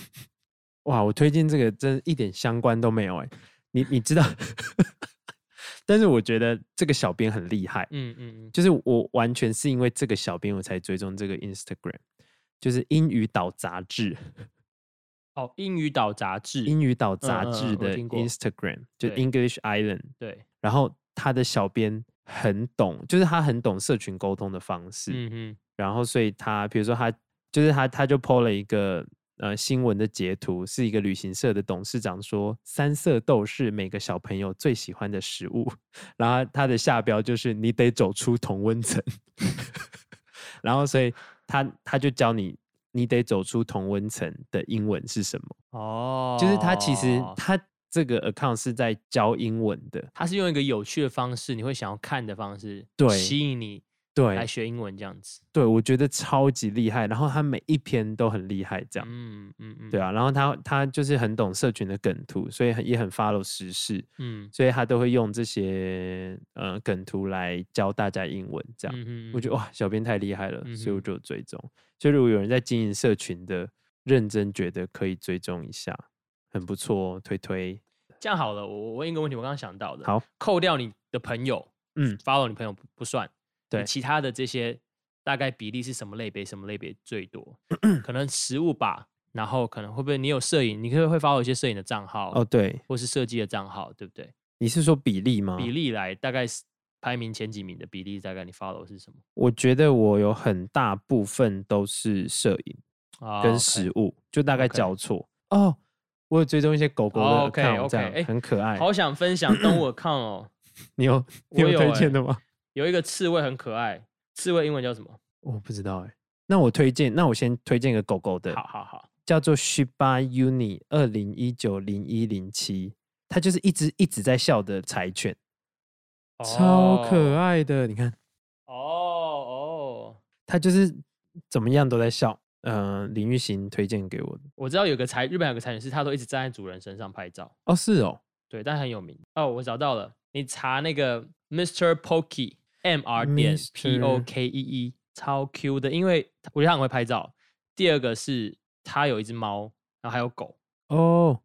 Speaker 1: 哇，我推荐这个真一点相关都没有哎、你你知道， 但是我觉得这个小编很厉害，
Speaker 2: 嗯嗯
Speaker 1: 就是我完全是因为这个小编我才追踪这个 Instagram，就是英语岛杂志，
Speaker 2: 嗯。哦，英语岛杂志。
Speaker 1: 英语岛杂
Speaker 2: 嗯嗯
Speaker 1: 志
Speaker 2: 我
Speaker 1: 的
Speaker 2: 听过
Speaker 1: Instagram，就
Speaker 2: 对
Speaker 1: English Island，
Speaker 2: 对，
Speaker 1: 然后他的小编很懂，就是他很懂社群沟通的方式，
Speaker 2: 嗯嗯
Speaker 1: 然后所以他比如说他就是他他就 PO 了一个呃新闻的截图，是一个旅行社的董事长说三色豆是每个小朋友最喜欢的食物， 然后他的下标就是你得走出同温层， 然后所以他他就教你。你得走出同温层的英文是什么？
Speaker 2: 哦，
Speaker 1: 就是他其实他这个 account 是在教英文的，
Speaker 2: 他是用一个有趣的方式，你会想要看的方式，
Speaker 1: 对
Speaker 2: 吸引你
Speaker 1: 对
Speaker 2: 来学英文这样子。
Speaker 1: 对，我觉得超级厉害。然后他每一篇都很厉害，这样。
Speaker 2: 嗯嗯嗯，
Speaker 1: 对，啊，然后他他就是很懂社群的梗图，所以很也很 follow 时事，
Speaker 2: 嗯，
Speaker 1: 所以他都会用这些呃梗图来教大家英文。这样，
Speaker 2: 嗯
Speaker 1: 我觉
Speaker 2: 得
Speaker 1: 得哇，小编太厉害了，所以我
Speaker 2: 嗯哼
Speaker 1: 就有追踪。所以如果有人在经营社群的，认真觉得可以追踪一下，很不错、哦，推推。
Speaker 2: 这样好了，我我问一个问题，我刚刚想到的，
Speaker 1: 好，
Speaker 2: 扣掉你的朋友，
Speaker 1: 嗯
Speaker 2: ，follow 你朋友不不算，你
Speaker 1: 对
Speaker 2: 其他的这些大概比例是什么类别？什么类别最多？ 可能食物吧，然后可能会不会你有摄影，你可以会 follow 一些摄影的账号，
Speaker 1: 哦，对，
Speaker 2: 或是设计的账号，对不对？
Speaker 1: 你是说比例吗？
Speaker 2: 比例来大概是排名前几名的比例，大概你 follow 是什么？
Speaker 1: 我觉得我有很大部分都是摄影
Speaker 2: 啊
Speaker 1: 跟食物，就大概
Speaker 2: OK
Speaker 1: 交错。哦，我有追踪一些狗狗
Speaker 2: 哦
Speaker 1: 的
Speaker 2: OK，
Speaker 1: 看 o 这
Speaker 2: OK，
Speaker 1: 样
Speaker 2: 哎
Speaker 1: 很可爱。
Speaker 2: 好想分享动物 account 哦，
Speaker 1: 你有你
Speaker 2: 我
Speaker 1: 有推
Speaker 2: 有
Speaker 1: 荐
Speaker 2: 欸
Speaker 1: 的吗？
Speaker 2: 有一个刺猬很可爱，刺猬英文叫什么？
Speaker 1: 我不知道哎、那我推荐，那我先推荐个狗狗的，
Speaker 2: 好好好，
Speaker 1: 叫做 Shiba Uni 二零一九零一零七，它就是一只一直在笑的柴犬，哦超可
Speaker 2: 爱
Speaker 1: 爱的。你看，
Speaker 2: 哦哦。
Speaker 1: 它就是怎么样都在笑。呃，林玉行推荐给我的。
Speaker 2: 我知道有个裁，日本有个裁剪师，他都一直站在主人身上拍照，
Speaker 1: 哦，是哦
Speaker 2: 对，但很有名。哦，我找到了，你查那个 Mr. Pokey M R 点 P O
Speaker 1: Mr.
Speaker 2: K E E，超 Q 的，因为他我觉得他很会拍照。第二个是他有一只猫，然后还有狗，
Speaker 1: 哦，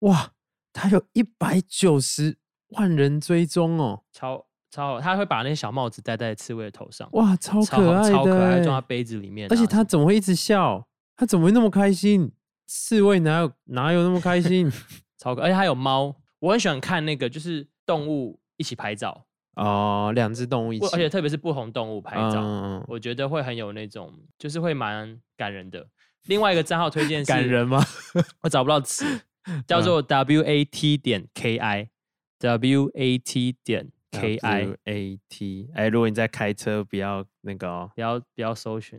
Speaker 1: 哇，它有一百九十万人追踪哦，
Speaker 2: 超超好，他会把那些小帽子戴在刺猬的头上，
Speaker 1: 哇，超
Speaker 2: 超好
Speaker 1: 可爱
Speaker 2: 超可
Speaker 1: 的
Speaker 2: 爱，
Speaker 1: 欸、
Speaker 2: 装在杯子里面啊
Speaker 1: 而
Speaker 2: 什
Speaker 1: 且
Speaker 2: 么的。
Speaker 1: 它怎么会一直笑？它怎么会那么开心？刺猬哪有哪有那么开 心？
Speaker 2: 超可，而且还有猫，我很喜欢看那个就是动物一起拍照，
Speaker 1: 哦，两只动物一
Speaker 2: 不
Speaker 1: 起，
Speaker 2: 而且特别是不同动物拍照，
Speaker 1: 嗯嗯嗯
Speaker 2: 我觉得会很有那种，就是会蛮感人的。另外一个账号推荐是，
Speaker 1: 感人吗？
Speaker 2: 我找不到词， 叫
Speaker 1: 嗯
Speaker 2: 做 W A T 点 K I W A T 点 K I，
Speaker 1: A T，哎，如果你在开车，不要那个哦。
Speaker 2: 不要不要搜寻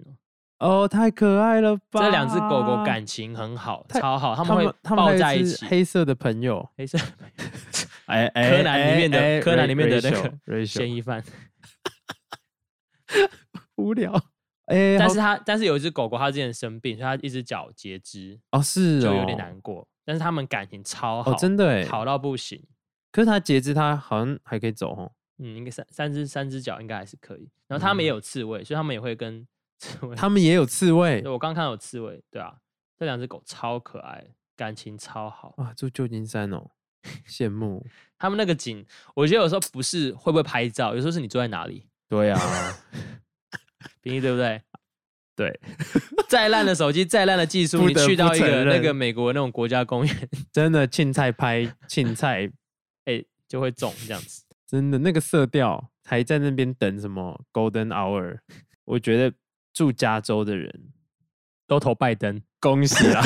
Speaker 2: 哦。
Speaker 1: 哦，太可爱了吧！
Speaker 2: 这两只狗狗感情很好，
Speaker 1: 太
Speaker 2: 超好，
Speaker 1: 他
Speaker 2: 它们会
Speaker 1: 他们还
Speaker 2: 抱
Speaker 1: 有
Speaker 2: 在
Speaker 1: 一
Speaker 2: 一
Speaker 1: 只
Speaker 2: 起。
Speaker 1: 黑色的朋友，
Speaker 2: 黑色
Speaker 1: 哎
Speaker 2: 柯南里面的柯南里面的那个哎 嫌
Speaker 1: 嫌疑
Speaker 2: 疑犯，
Speaker 1: 无聊。哎，
Speaker 2: 但
Speaker 1: 好
Speaker 2: 是它但是有一只狗狗，它之前生病，所以它一只脚截肢，
Speaker 1: 哦是
Speaker 2: 就
Speaker 1: 哦，
Speaker 2: 有点难过。但是他们感情超好，
Speaker 1: 哦，真的哎。
Speaker 2: 好到不行。
Speaker 1: 可是他截肢，他好像还可以走哦。
Speaker 2: 嗯，应该三三只三只脚应该还是可以。然后他
Speaker 1: 嗯
Speaker 2: 们也有刺猬，所以他们也会跟 刺猬。
Speaker 1: 他们也有刺猬
Speaker 2: 对我刚看到有刺猬，对啊，这两只狗超可爱，感情超好。
Speaker 1: 哇，住旧金山哦，羡 慕。
Speaker 2: 他们那个景，我觉得有时候不是会不会拍照，有时候是你坐在哪里，
Speaker 1: 对啊，
Speaker 2: 平易对不 对？
Speaker 1: 对，
Speaker 2: 再烂的手机，再烂的技术，
Speaker 1: 不
Speaker 2: 你
Speaker 1: 得
Speaker 2: 去
Speaker 1: 不
Speaker 2: 到一个
Speaker 1: 承
Speaker 2: 那
Speaker 1: 认
Speaker 2: 个美国那种国家公园，
Speaker 1: 真的青菜拍青菜
Speaker 2: 哎、就会中这样子。
Speaker 1: 真的那个色调，还在那边等什么 Golden Hour？我觉得住加州的人，
Speaker 2: 都投拜登，
Speaker 1: 恭喜啦，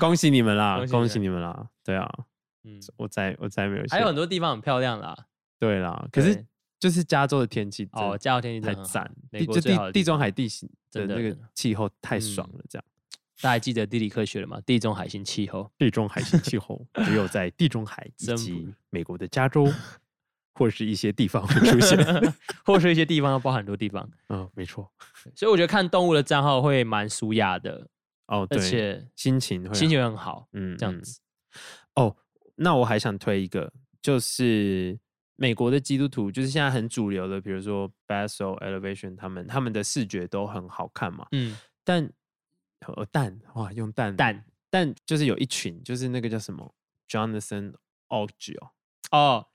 Speaker 1: 恭喜你们啦
Speaker 2: 恭，喜你
Speaker 1: 恭
Speaker 2: 们
Speaker 1: 喜你们啦！对啊，
Speaker 2: 嗯，
Speaker 1: 我才我才没有信，
Speaker 2: 还有很多地方很漂亮啦。
Speaker 1: 对啦，可是
Speaker 2: 对
Speaker 1: 就是加州的天气真
Speaker 2: 哦，
Speaker 1: 的
Speaker 2: 加州天气
Speaker 1: 太
Speaker 2: 真的很好
Speaker 1: 赞，
Speaker 2: 美
Speaker 1: 地
Speaker 2: 国
Speaker 1: 就
Speaker 2: 最好的
Speaker 1: 地
Speaker 2: 地
Speaker 1: 地中
Speaker 2: 方
Speaker 1: 海地形的
Speaker 2: 真的
Speaker 1: 那个
Speaker 2: 真的
Speaker 1: 气候太
Speaker 2: 嗯
Speaker 1: 爽了，这样
Speaker 2: 大家还记得地理科学了吗？地中海型气候，
Speaker 1: 地中海型气候只有在地中海以
Speaker 2: 真不
Speaker 1: 及美国的加 州或是一些地方会出现。
Speaker 2: 或是一些地方包含很多地方，
Speaker 1: 嗯，没错。
Speaker 2: 所以我觉得看动物的账号会蛮舒雅的，
Speaker 1: 哦，
Speaker 2: 而
Speaker 1: 对，
Speaker 2: 且
Speaker 1: 心情会
Speaker 2: 心情会很好，
Speaker 1: 嗯
Speaker 2: 这样
Speaker 1: 嗯
Speaker 2: 子。
Speaker 1: 哦，那我还想推一个，就是美国的基督徒，就是现在很主流的，比如说 Basil Elevation，他们他们的视觉都很好看嘛。
Speaker 2: 嗯，
Speaker 1: 但呃但哇，用但
Speaker 2: 但
Speaker 1: 但就是有一群，就是那个叫什么 Jonathan Ogio，
Speaker 2: 哦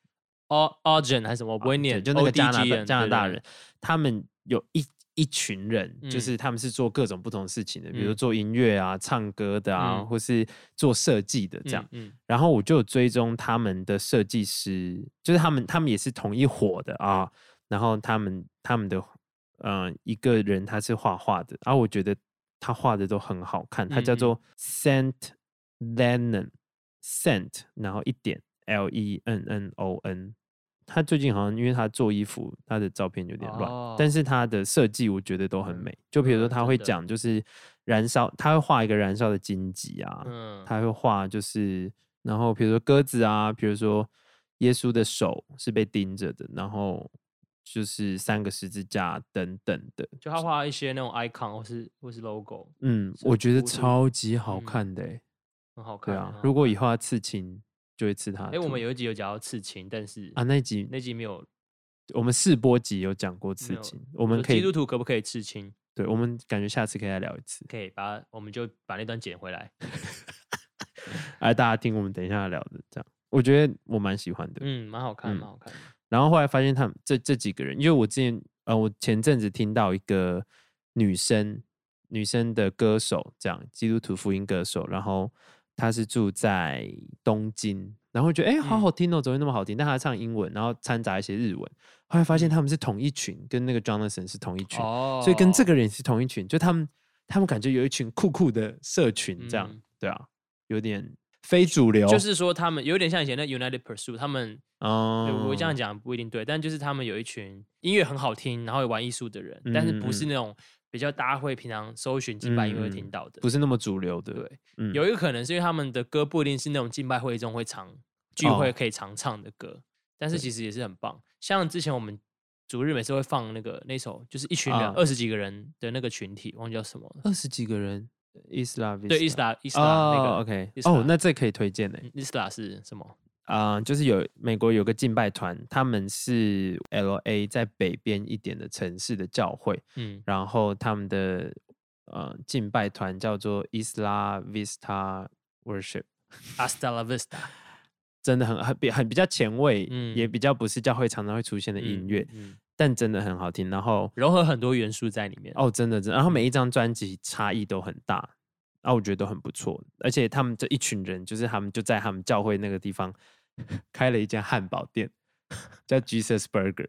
Speaker 2: 哦 o g e n 还是什么，我不会念，
Speaker 1: 啊就那个加拿
Speaker 2: ODGN
Speaker 1: 大加拿
Speaker 2: 对
Speaker 1: 大
Speaker 2: 对
Speaker 1: 人，他们有一。一群人，就
Speaker 2: 嗯
Speaker 1: 是他们是做各种不同事情的，比如
Speaker 2: 嗯
Speaker 1: 做音乐啊、唱歌的啊，
Speaker 2: 嗯
Speaker 1: 或是做设计的这
Speaker 2: 对
Speaker 1: 样。
Speaker 2: 嗯嗯
Speaker 1: 然后我就有追踪他们的设计师，就是他们他们也是同一伙的啊。然后他们他们的嗯、呃一个人他是画画的，啊然、后我觉得他画的都很好看，他叫
Speaker 2: 嗯嗯
Speaker 1: 做 Saint Lennon Saint，然后一点 L E N N O N。他最近好像因为他做衣服，他的照片有点乱，但
Speaker 2: 哦
Speaker 1: 是他的设计我觉得都很
Speaker 2: 嗯
Speaker 1: 美。就比如说
Speaker 2: 嗯
Speaker 1: 他
Speaker 2: 真
Speaker 1: 会
Speaker 2: 的
Speaker 1: 讲就是燃烧，他会画一个燃烧的荆棘啊，
Speaker 2: 嗯，
Speaker 1: 他会画就是，然后比如说鸽子啊，比如说耶稣的手是被钉着的，然后就是三个十字架等等的，
Speaker 2: 就他画一些那种 icon 或是或是 logo，
Speaker 1: 嗯，
Speaker 2: 是
Speaker 1: 我觉得
Speaker 2: 图是
Speaker 1: 超级好
Speaker 2: 嗯
Speaker 1: 看的欸、
Speaker 2: 很好看。
Speaker 1: 对
Speaker 2: 很
Speaker 1: 啊
Speaker 2: 好，
Speaker 1: 如果
Speaker 2: 看
Speaker 1: 以后要刺青，就会刺它的图。
Speaker 2: 哎，我们有一集有讲到刺青，但是
Speaker 1: 啊那一集
Speaker 2: 那集没有，
Speaker 1: 我们试播集有讲过刺
Speaker 2: 有
Speaker 1: 青，我们
Speaker 2: 就
Speaker 1: 可
Speaker 2: 基
Speaker 1: 以
Speaker 2: 督徒可不可以刺青？
Speaker 1: 对，我们感觉下次可以再聊一 次，
Speaker 2: 可以把我们就把那段剪回来。
Speaker 1: 哎，大家听我们等一下聊的这样，我觉得我蛮喜欢的。
Speaker 2: 嗯，蛮好看，
Speaker 1: 嗯
Speaker 2: 蛮好看的。
Speaker 1: 然后后来发现他们这这几个人，因为我之前呃，我前阵子听到一个女生女生的歌手，这样基督徒福音歌手，然后她是住在东京，然后觉得哎、诶好
Speaker 2: 嗯
Speaker 1: 好听哦，怎么会那么好听？但她唱英文，然后掺杂一些日文，后来发现
Speaker 2: 嗯
Speaker 1: 他们是同一群，跟那个 Jonathan 是同一群，
Speaker 2: 哦
Speaker 1: 所以跟这个人也是同一群，就他们他们感觉有一群酷酷的社群，这样、
Speaker 2: 嗯
Speaker 1: 对啊，有点非主流，
Speaker 2: 就是说，他们有点像以前的 United Pursuit，他们
Speaker 1: 嗯
Speaker 2: 对我这样讲不一定对，但就是他们有一群音乐很好听，然后玩艺术的人，但是不
Speaker 1: 嗯嗯
Speaker 2: 是
Speaker 1: 嗯
Speaker 2: 那种比较大家会平常搜寻敬拜音乐
Speaker 1: 嗯
Speaker 2: 会
Speaker 1: 嗯
Speaker 2: 听到的。
Speaker 1: 不是那么主流的，
Speaker 2: 对，
Speaker 1: 嗯
Speaker 2: 有一个可能是因为他们的歌不一定是那种敬拜会中会常聚
Speaker 1: 哦
Speaker 2: 会可以常唱的歌，但是
Speaker 1: 对
Speaker 2: 其实也是很棒。像之前我们主日每次会放那个那首，就是一群人
Speaker 1: 啊
Speaker 2: 二十、几个人的那个群体，忘记叫什么了。
Speaker 1: 二十几个人，呃伊斯拉
Speaker 2: 对，伊斯拉伊斯拉那
Speaker 1: 哦
Speaker 2: 个
Speaker 1: ，OK，
Speaker 2: 伊斯
Speaker 1: 哦
Speaker 2: 兰，
Speaker 1: 那这可以推荐呢。
Speaker 2: 嗯伊斯拉是什么？
Speaker 1: 啊、就是有美国有个敬拜团，他们是 L A 在北边一点的城市的教会，
Speaker 2: 嗯
Speaker 1: 然后他们的呃敬拜团叫做伊斯拉 Vista Worship，
Speaker 2: ，Hasta la vista，
Speaker 1: 真的很很比很比较前卫，也
Speaker 2: 嗯
Speaker 1: 比较不是教会常常会出现的音乐，
Speaker 2: 嗯嗯
Speaker 1: 但真的很好听。然后
Speaker 2: 融合很多元素在里面。
Speaker 1: 哦，真的真的，然后每一张专辑差异都很大，啊，我觉得都很不错。而且他们这一群人，就是他们就在他们教会那个地方 开了一间汉堡店，叫 Jesus Burger。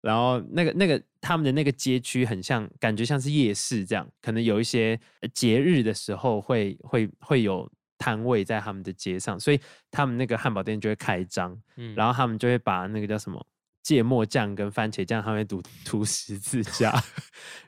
Speaker 1: 然后那个那个他们的那个街区很像，感觉像是夜市这样，可能有一些呃节日的时候会会会有摊位在他们的街上，所以他们那个汉堡店就会开张，
Speaker 2: 嗯
Speaker 1: 然后他们就会把那个叫什么芥末酱跟番茄酱，他们会涂涂十字 架，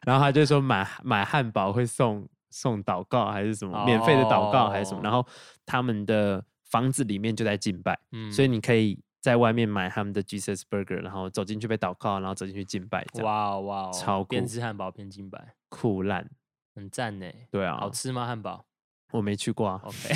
Speaker 1: 然后他就说买买汉堡会送送祷告还是什么免费的祷告还是什么，然后他们的房子里面就在敬拜，
Speaker 2: 嗯
Speaker 1: 所以你可以在外面买他们的 Jesus Burger，然后走进去被祷告，然后走进去敬拜，这样
Speaker 2: 哇哦哇哦，
Speaker 1: 超
Speaker 2: 边
Speaker 1: 酷
Speaker 2: 吃汉堡边敬拜，
Speaker 1: 酷烂，
Speaker 2: 很赞呢。
Speaker 1: 对啊，
Speaker 2: 好吃吗？汉堡
Speaker 1: 我没去过、啊，
Speaker 2: ？OK。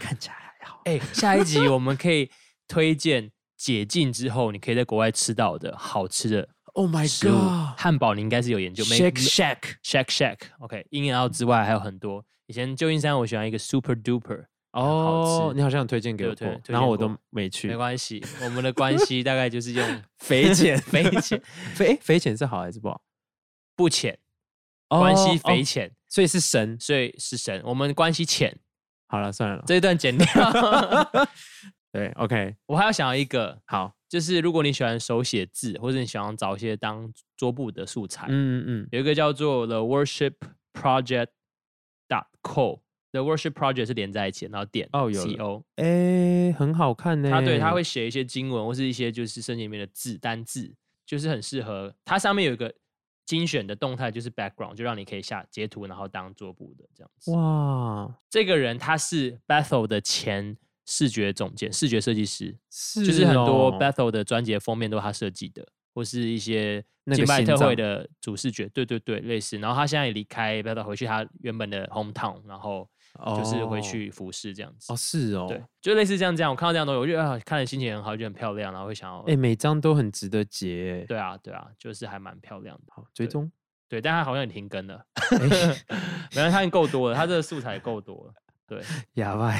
Speaker 1: 看起来还好，
Speaker 2: 哎、下一集我们可以推荐解禁之后你可以在国外吃到的好吃的
Speaker 1: Oh my
Speaker 2: 食物。汉堡你应该是有研究
Speaker 1: God，Shake Shack，
Speaker 2: Shack Shack，OK，In and Out 之外还有很多。以前旧金山我喜欢一个 Super Duper，
Speaker 1: 哦，你好像有推荐给
Speaker 2: 对
Speaker 1: 我
Speaker 2: 推
Speaker 1: 过，
Speaker 2: 推
Speaker 1: 然后
Speaker 2: 荐
Speaker 1: 我都
Speaker 2: 过
Speaker 1: 没去
Speaker 2: 没，关系，我 们的关系大概就是用
Speaker 1: 肥浅
Speaker 2: 肥 浅
Speaker 1: 肥诶肥浅是好还是不好？
Speaker 2: 不浅，关系
Speaker 1: 浅，
Speaker 2: 肥浅，
Speaker 1: 所以是神。
Speaker 2: 所以是神。我们关系浅，
Speaker 1: 好了，算了。
Speaker 2: 这一段剪掉。
Speaker 1: 对，OK，
Speaker 2: 我还要想要一个，
Speaker 1: 好，
Speaker 2: 就是如果你喜欢手写字，或者你想要找一些当桌布的素材，
Speaker 1: 嗯嗯
Speaker 2: 有一个叫做 The Worship Project dot co The Worship Project 是连在一起的，然后点
Speaker 1: 哦有了
Speaker 2: C O，
Speaker 1: 哎、很好看呢、
Speaker 2: 他对他会写一些经文或是一些就是圣经里面的字单字，就是很适合。它上面有一个精选的动态，就是 background，就让你可以下截图，然后当桌布的这样子。
Speaker 1: 哇，
Speaker 2: 这个人他是 Bethel 的前视觉总监、视觉设计师，
Speaker 1: 是、哦、
Speaker 2: 就是很多 Bethel 的专辑的封面都是他设计的，或是一些
Speaker 1: 那个
Speaker 2: 敬拜
Speaker 1: 心
Speaker 2: 特
Speaker 1: 脏
Speaker 2: 会的主视觉，对对对，类似。然后他现在也离开 Bethel 回去他原本的 hometown，然后就是回
Speaker 1: 哦
Speaker 2: 去服饰这样子。
Speaker 1: 哦，是哦，
Speaker 2: 对，就类似这样这样，我看到这样的东西，我觉得啊，看了心情很好，就很漂亮，然后会想要，
Speaker 1: 哎、每张都很值得截、欸，
Speaker 2: 对啊，对啊，就是还蛮漂亮的，
Speaker 1: 好追踪，
Speaker 2: 对，但它好像也停更了， 没有，它已经够多了，它这个素材也够多了，对，
Speaker 1: 哑巴，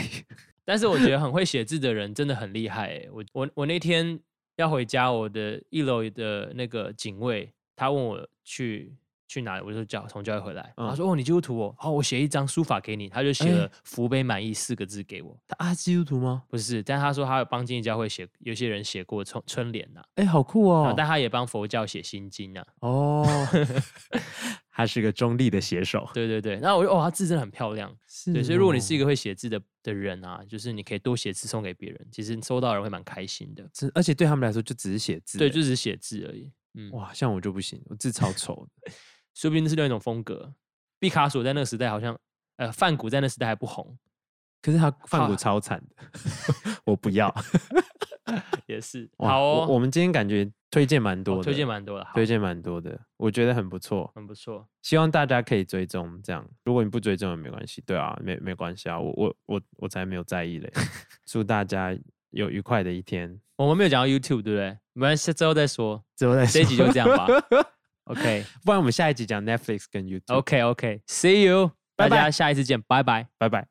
Speaker 2: 但是我觉得很会写字的人真的很厉害、欸，我我我那天要回家，我的一楼的那个警卫，他问我去。去哪里？我就教从教会回来，他
Speaker 1: 嗯
Speaker 2: 说：“哦，你基督徒哦，好、我写一张书法给你。”他就写
Speaker 1: 哎
Speaker 2: 了“福杯满意”四个字给我，
Speaker 1: 他啊基督徒吗？
Speaker 2: 不是，但他说他有帮经济教会写，有些人写过春春联呐、
Speaker 1: 哎、好酷
Speaker 2: 啊
Speaker 1: 哦，
Speaker 2: 但他也帮佛教写心经啊。
Speaker 1: 哦，他是个中立的写手，
Speaker 2: 对对对，那我就哦，他字真的很漂亮。
Speaker 1: 是哦
Speaker 2: 对，所以如果你是一
Speaker 1: 个
Speaker 2: 个会写字的的人啊，就是你可以多写字送给别人，其实收到的人会蛮开心的。
Speaker 1: 真，而且对他们来说就只是写字而
Speaker 2: 对，
Speaker 1: 已，
Speaker 2: 就只是写字而已。嗯，
Speaker 1: 哇，像我就不行，我字超丑的，
Speaker 2: 说不定是另外一种风格。毕卡索在那个时代好像，呃，梵谷在那时代还 不红，
Speaker 1: 可是他范
Speaker 2: 啊
Speaker 1: 谷超惨的，我不要。
Speaker 2: 也是。
Speaker 1: 哇
Speaker 2: 好哦，
Speaker 1: 我，我们今天感觉推荐蛮多
Speaker 2: 哦
Speaker 1: 的，
Speaker 2: 推荐蛮多的，好
Speaker 1: 推荐蛮多的，我觉得很不错，
Speaker 2: 很不错。
Speaker 1: 希望大家可以追踪。这样，如果你不追踪也没关系，对啊，没没关系啊，我我我我才没有在 意嘞。祝大家有愉快的一天，
Speaker 2: 我们没有讲到 YouTube，对不对？我们下之后再说，
Speaker 1: 之后再
Speaker 2: 这一集就这 样吧。OK。
Speaker 1: 不然我们下一集讲 Netflix 跟 YouTube，
Speaker 2: OK OK，See you，大
Speaker 1: 拜拜
Speaker 2: 家下一次见，拜拜。
Speaker 1: 拜拜。